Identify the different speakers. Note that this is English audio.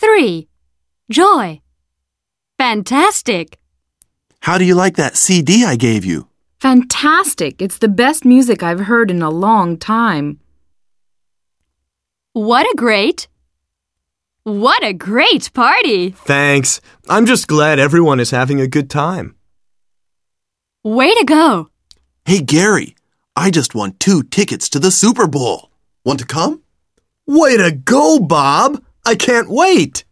Speaker 1: Hurry! Joy! Fantastic!
Speaker 2: How do you like that CD I gave you?
Speaker 3: Fantastic! It's the best music I've heard in a long time.
Speaker 1: What a great! What a great party!
Speaker 4: Thanks. I'm just glad everyone is having a good time.
Speaker 1: Way to go!
Speaker 2: Hey, Gary, I just won two tickets to the Super Bowl. Want to come?
Speaker 4: Way to go, Bob! I can't wait!